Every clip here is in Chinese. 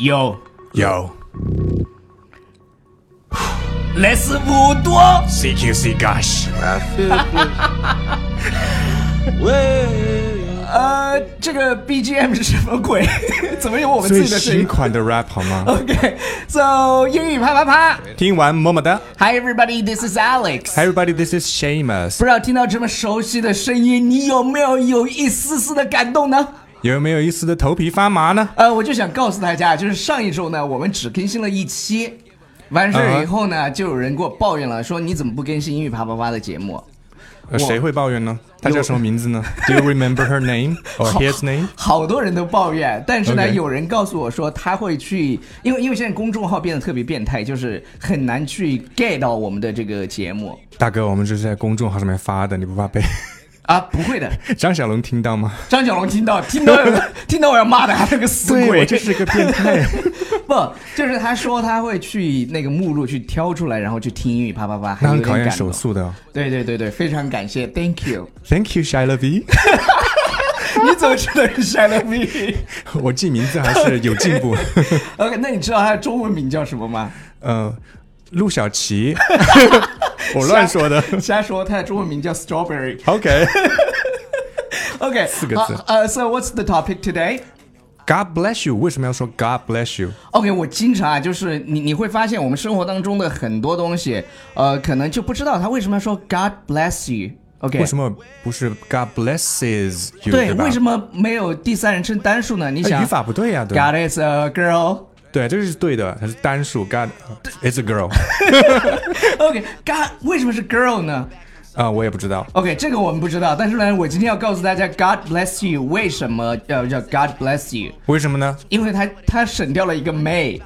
有，有那是无多。 CQC Gosh，啊呃，这个 BGM 是什么鬼？ 怎么有我们自最己的声音新款的 rap 好 吗？？OK，So、英语啪啪啪。哦听完么么哒 Hi everybody, this is Alex。 ，Hi everybody，this is Shamus，不知道听到这么熟悉的声音，你有没有有一丝丝的感动呢？有没有一丝的头皮发麻呢？呃，我就想告诉大家，就是上一周呢，我们只更新了一期，完事儿以后呢，就有人给我抱怨了，说你怎么不更新英语啪啪啪的节目？呃谁会抱怨呢？他叫什么名字呢？Do you remember her name or his name？好多人都抱怨，但是呢 OK 有人告诉我说他会去，因为因为现在公众号变得特别变态，就是很难去 get 到我们的这个节目大哥，我们这是在公众号上面发的，你不怕被啊，不会的。张小龙听到 吗？张小龙听到听到 听到我要骂他，他个死我鬼，就是个变 态。 不，就是他说他会去那个目录去挑出来，然后去听英语啪啪啪，还那有很考点验感手动。速的哦。对对对对，非常感谢，Thank you。 Thank you, Shy Love E 你怎么知道是 s h a l Me？我记名字还是有进步。 OK，那你知道他的中文名叫什么吗？呃，陆小 琪，我乱说的。瞎说，他的中文名叫 Strawberry。 OK。 OK，四个字好呃、s o what's the topic today？ God bless you，为什么要说 God bless you？ OK，我经常啊，就是你你会发现我们生活当中的很多东西，呃，可能就不知道他为什么要说 God bless you。OK，为什么不是 God blesses you？对，吧？为什么没有第三人称单数呢？你呃想语法不对呀、对吧？ ，God is a girl。对，这个是对的，它是单数 God is a girl OK，God 为什么是 girl 呢啊、我也不知道。 ？OK，这个我们不知道，但是呢，我今天要告诉大家，God bless you 为什么要叫 God bless you？为什么呢？因为它它省掉了一个 may，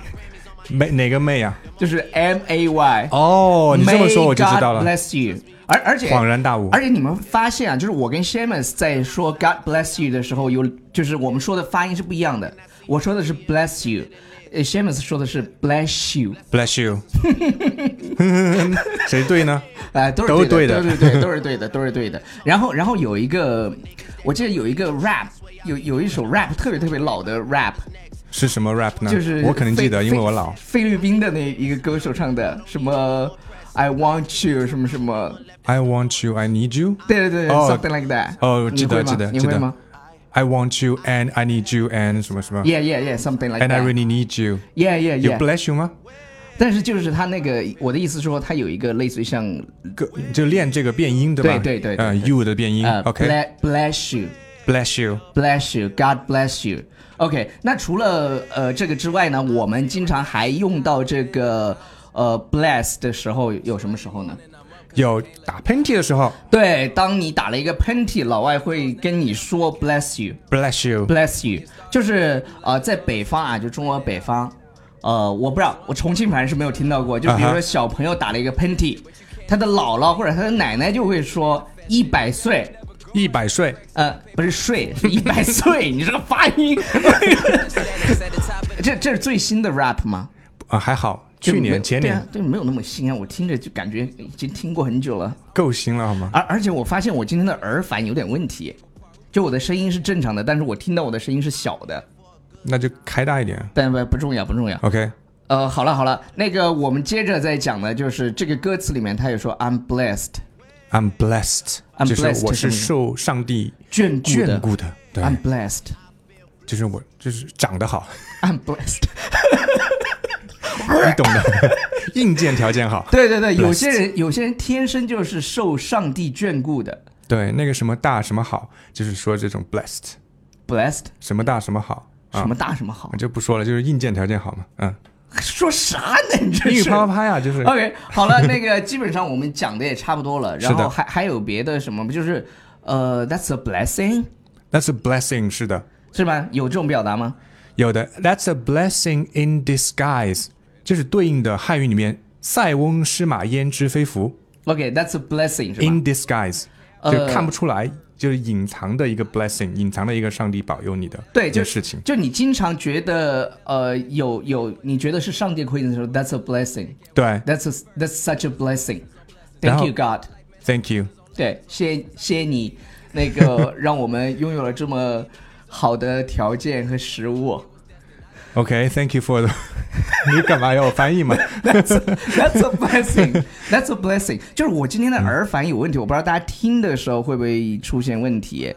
妹哪个妹呀、就是 M A Y。哦，你这么说我就知道 Oh， May God 了。 bless you。而而且恍然大悟而且你们发现啊，就是我跟 Shamus 在说 God bless you 的时候，有就是我们说的发音是不一样的。我说的是 bless you，呃，Shamus 说的是 bless you， Bless you，谁对呢？呃，都都是是对对的对对对，都是对的，都是对的。然后然后有一个，我记得有一个 rap，有有一首 rap 特别特别老的 rap，是什么 rap 呢？就是嗯我肯定记得，菲因为我老。菲菲律宾的那一个歌手唱的，什么 I want you 什么什么。 I want you, I need you. 对对对、哦 s o m e t h i n g like that。哦，记得你会记吗得你记会得吗。 I want you and I need you and 什么什么？Yeah, yeah, yeah, something like that. and I really need you. yeah, yeah, 有 yeah. bless you 吗？但是就是他那个，我的意思是说，他有一个类似于像个就练这个变音对吧？对对对对呃对，you 的变音。呃 OK，bless ble- bless you, you。 bless you, God bless you. OK，那除了呃这个之外呢，我们经常还用到这个呃 bless 的时候，有什么时候呢？有打喷嚏的时候对，当你打了一个喷嚏，老外会跟你说 bless you。 ，bless you。 Bless you，就是呃，在北方啊，就中国北方，呃，我不知道，我重庆反正是没有听到过。就比如啊说哈小朋友打了一个喷嚏，他的姥姥或者他的奶奶就会说一百岁，一百岁呃，不是睡，是一 百岁，你这个发音， 这这是最新的 rap 吗？啊，还好，就去没有年前对啊年，对，没有那么新啊，我听着就感觉已经听过很久了。够新了好吗？而而且我发现我今天的耳返有点问题，就我的声音是正常的，但是我听到我的声音是小的，那就开大一点。但不不重要，不重要。 OK，呃，好了好了，那个我们接着再讲的就是这个歌词里面，他也说 I'm blessed， I'm blessed， I'm 就是我 blessed 什是么意思受上帝眷顾的眷顾的，对， I'm blessed，I'm 就是我就是长得好， blessed。你懂的， 硬件条件好。 对对对，有 Blessed 些人有些人天生就是受上帝眷顾的 对，那个什么大什么好，就是说这种 blessed， ，blessed 什么大什么好啊，什么大什么好我，就不说了，就是硬件条件好嘛。嗯，说啥呢？你这英 语是。啊啪啪啪呀，就是 OK，好了，那个基本上我们讲的也差不多 了，然是后的还还有别的什么吗？就是呃，That's a blessing， that's a blessing，是的，是吧？有这种表达吗？有的 that's a blessing in disguise，就是对应的汉语里面塞翁失马焉知非福 OK，that's、a blessing 是吧？ in disguise，呃就看不出来，就是隐藏的一个 blessing，隐藏的一个上帝保佑你的对，一就件事情。就你经常觉得呃有有，你觉得是上帝亏你的时候，That's a blessing. 对 That's a, that's such a blessing. 然 Thank 后 you God. ，Thank you。对，谢谢谢你，那 个让我们拥有了这么好的条件和食物。 OK，Thank、you for the 。 你干嘛要我 翻译嘛？ That's that's a blessing. That's a blessing. 就是我今天的儿反有问题，我不知道大家听的时候会不会出现问题，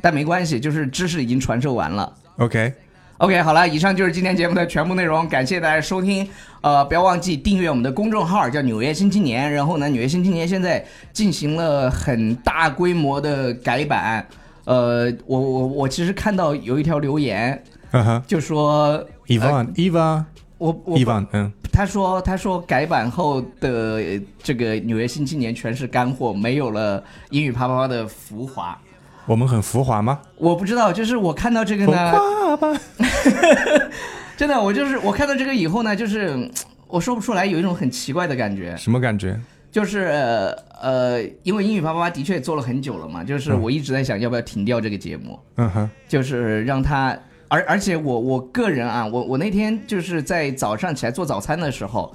但没关系，就是知识已经传授完了。 OK， OK，好了，以上就是今天节目的全部内容，感谢大家收听。呃，不要忘记订阅我们的公众号，叫《纽约新青年》。然后呢，《纽约新青年》现在进行了很大规模的改版。呃，我我我其实看到有一条留言，嗯哼就说，Ivan，Ivan，Ivan，我呃我嗯，他说他说改版后的呃这个《纽约新青年》全是干货，没有了英语啪啪啪的浮华。我们很浮华吗？我不知道，就是我看到这个浮呢，华吧。真的，我就是我看到这个以后呢，就是嗯我说不出来，有一种很奇怪的感觉，什么感觉？就是呃，因为英语啪啪啪的确也做了很久了嘛，就是我一直在想要不要停掉这个节目，嗯哼，就是让它，而而且我我个人啊，我我那天就是在早上起来做早餐的时候。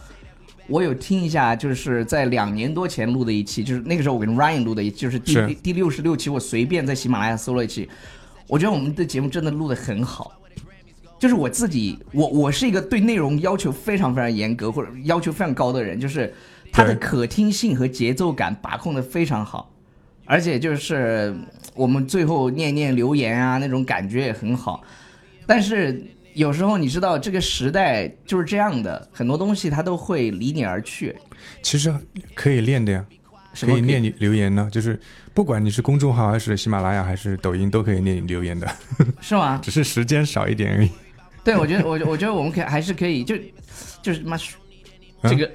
我有听一下，就是在两年多前录的一期，就是那个时候我跟 Ryan 录的一，就是第是第六十六期，我随便在喜马拉雅搜了一期，我觉得我们的节目真的录得很好，就是我自己，我我是一个对内容要求非常非常严格或者要求非常高的人，就是它的对可听性和节奏感把控的非常好，而且就是嗯我们最后念念留言啊那种感觉也很好，但是有时候你知道这个时代就是这样的，很多东西它都会离你而去，其实可以练的呀，什可么以念你留言呢。就是不管你是公众号还是喜马拉雅还是抖音，都可以念你留言的，是吗？只是时间少一点而已。对，我觉得我我觉得我们可以还是可以，就就是妈啊这个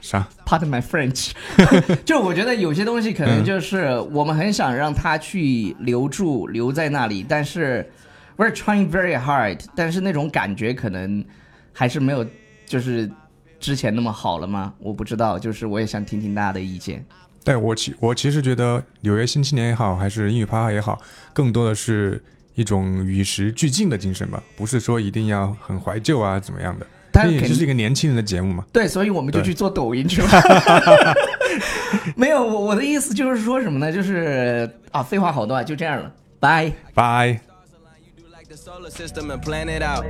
啥？ Pardon my French，就 我觉得有些东西可能就是我们很想让它去留住，留在那里，但是 we're trying very hard，但是那种感觉可能还是没有就是之前那么好了吗？我不知道，就是我也想听听大家的意见。对我其我其实觉得《纽约新青年》也好，还是英语啪啪也好，更多的是一种与时俱进的精神吧，不是说一定要很怀旧啊怎么样的。但因为也肯就是一个年轻人的节目嘛。对，所以我们就对去做抖音去了。 没有，我我的意思就是说什么呢？就是啊，废话好多啊，就这样了，拜。拜。 like the solar system and plan it out.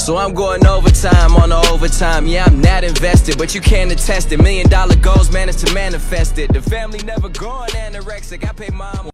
So I'm going overtime on the overtime. Yeah, I'm not invested, but you can attest it. Million dollar goals managed to manifest it. The family never going anorexic. I pay mom.